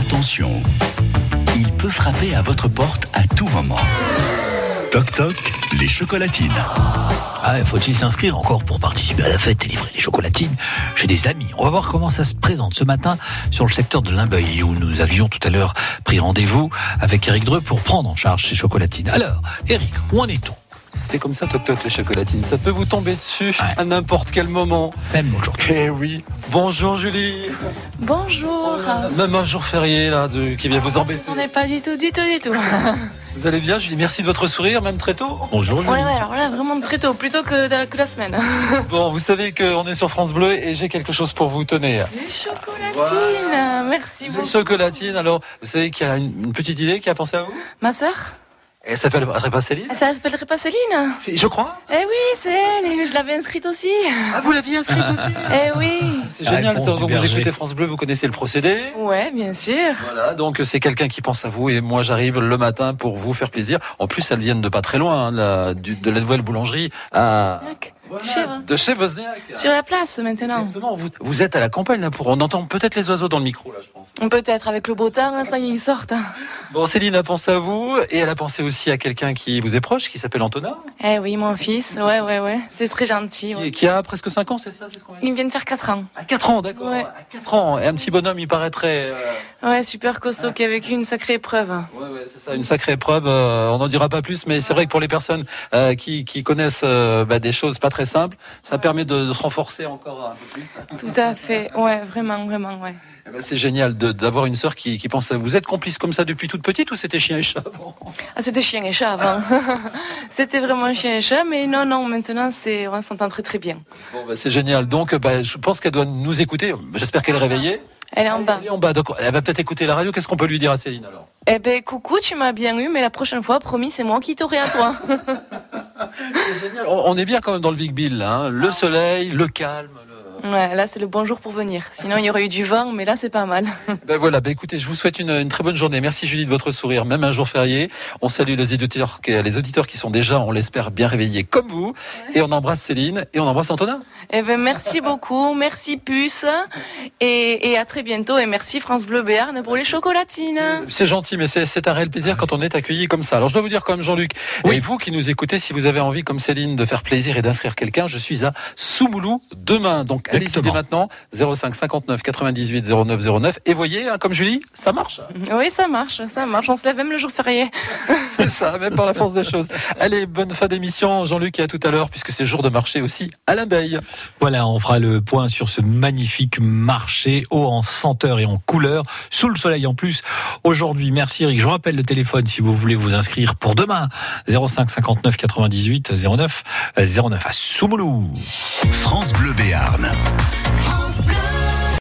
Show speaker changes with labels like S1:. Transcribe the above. S1: Attention, il peut frapper à votre porte à tout moment. Toc toc, les chocolatines.
S2: Ah, faut-il s'inscrire encore pour participer à la fête et livrer les chocolatines chez des amis On va voir comment ça se présente ce matin sur le secteur de Limbeuil, où nous avions tout à l'heure pris rendez-vous avec Eric Dreux pour prendre en charge ces chocolatines. Alors, Eric, où en est-on
S3: C'est comme ça, Toc Toc, les chocolatines. Ça peut vous tomber dessus
S2: Ouais.
S3: à n'importe quel moment.
S2: Même aujourd'hui.
S3: Eh oui. Bonjour Julie.
S4: Bonjour.
S3: Même un jour férié là, de- qui vient vous embêter.
S4: On n'est pas du tout, du tout, du tout. Ouais,
S3: Vous allez bien Julie Merci de votre sourire, même très tôt.
S2: Bonjour
S4: ouais, alors là, vraiment très tôt, plutôt que, de- que la semaine.
S3: Bon, vous savez qu'on est sur France Bleu et j'ai quelque chose pour vous tenez.
S4: Du chocolatine,
S3: Voilà.
S4: merci
S3: Une
S4: beaucoup.
S3: chocolatine. Alors, vous savez qu'il y a une, une petite idée qui a pensé à vous
S4: Ma soeur,
S3: Elle s'appelle Répa Céline
S4: elle s'appellerait pas Céline
S3: C'est- Je crois.
S4: Eh oui, c'est elle, et je l'avais inscrite aussi.
S3: Ah, vous l'aviez inscrite aussi
S4: Eh oui.
S3: C'est
S2: La
S3: génial,
S2: réponse
S3: ça.
S2: du
S3: Quand vous
S2: berger.
S3: écoutez France Bleu, vous connaissez le procédé.
S4: Ouais, bien sûr.
S3: Voilà, donc c'est quelqu'un qui pense à vous et moi j'arrive le matin pour vous faire plaisir. En plus, elles viennent de pas très loin, hein, de la- du- de la nouvelle boulangerie à
S4: Tac.
S3: Voilà,
S4: Chez Vos-
S3: de chez Wozniak.
S4: Sur la place maintenant.
S3: Exactement, vous, vous êtes à la campagne là pour on entend peut-être les oiseaux dans le micro là, je pense.
S4: Peut-être avec le beau temps, hein, ça y est, ils sortent. hein.
S3: Bon, Céline a pensé à vous et elle a pensé aussi à quelqu'un qui vous est proche, qui s'appelle Antonin
S4: Eh oui, mon fils, ouais, ouais, ouais. C'est très gentil.
S3: et
S4: ouais.
S3: qui a presque 5 ans, c'est ça, c'est ce qu'on a dit
S4: Il vient de faire 4 ans.
S3: À 4 ans, d'accord.
S4: Ouais.
S3: À 4 ans et un petit bonhomme, il paraîtrait euh,
S4: Ouais, super costaud qui a vécu une sacrée épreuve.
S3: Ouais, ouais, c'est ça, une sacrée épreuve. euh, on n'en dira pas plus, mais c'est vrai que pour les personnes euh, qui, qui connaissent euh, bah, des choses pas très simples, ça permet de, de se renforcer encore un peu plus.
S4: Tout à fait, ouais, vraiment, vraiment, ouais.
S3: Eh ben, c'est génial de- d'avoir une sœur qui, qui pense à vous. Vous êtes complice comme ça depuis toute petite ou c'était chien et chat avant
S4: Ah, c'était chien et chat avant. c'était vraiment chien et chat, mais non, non, maintenant, c'est, on s'entend très très bien.
S3: Bon, bah, C'est génial. Donc, bah, je pense qu'elle doit nous écouter. J'espère qu'elle est réveillée.
S4: Ah. Elle est en bas.
S3: Elle est en bas. Donc, elle va peut-être écouter la radio. Qu'est-ce qu'on peut lui dire à Céline alors
S4: Eh ben, coucou, tu m'as bien eu, mais la prochaine fois, promis, c'est moi qui t'aurai à toi.
S3: C'est génial. On, on est bien quand même dans le Big Bill. là, hein.
S4: Ah.
S3: Le soleil, le calme. le-
S4: Ouais, là, c'est le bon jour pour venir. Sinon, il y aurait eu du vent, mais là, c'est pas mal.
S3: Ben voilà, ben écoutez, je vous souhaite une, une très bonne journée. Merci Julie de votre sourire, même un jour férié. On salue les auditeurs, qui- les auditeurs qui sont déjà, on l'espère, bien réveillés comme vous. Et on embrasse Céline et on embrasse Antonin.
S4: Eh ben, merci beaucoup, merci Puce, et, et à très bientôt, et merci France Bleu Béarn pour les chocolatines.
S3: C'est gentil, mais c'est c'est un réel plaisir quand on est accueilli comme ça. Alors je dois vous dire quand même, Jean-Luc,
S2: Oui.
S3: et vous qui nous écoutez, si vous avez envie, comme Céline, de faire plaisir et d'inscrire quelqu'un, je suis à Soumoulou demain. Donc allez-y
S2: Exactement.
S3: dès maintenant, 05 59 98 09 09. Et voyez, hein, comme Julie, ça marche.
S4: Oui, ça marche, ça marche. On se lève même le jour férié.
S3: C'est ça, même par la force des choses. Allez, bonne fin d'émission, Jean-Luc, et à tout à l'heure, puisque c'est jour de marché aussi à l'abeille.
S2: Voilà, on fera le point sur ce magnifique marché, haut en senteur et en couleur, sous le soleil en plus. Aujourd'hui, merci Eric. Je vous rappelle le téléphone si vous voulez vous inscrire pour demain. 05 59 98 09 09 à Soumoulou.
S1: France Bleu Béarn.
S5: France Bleu.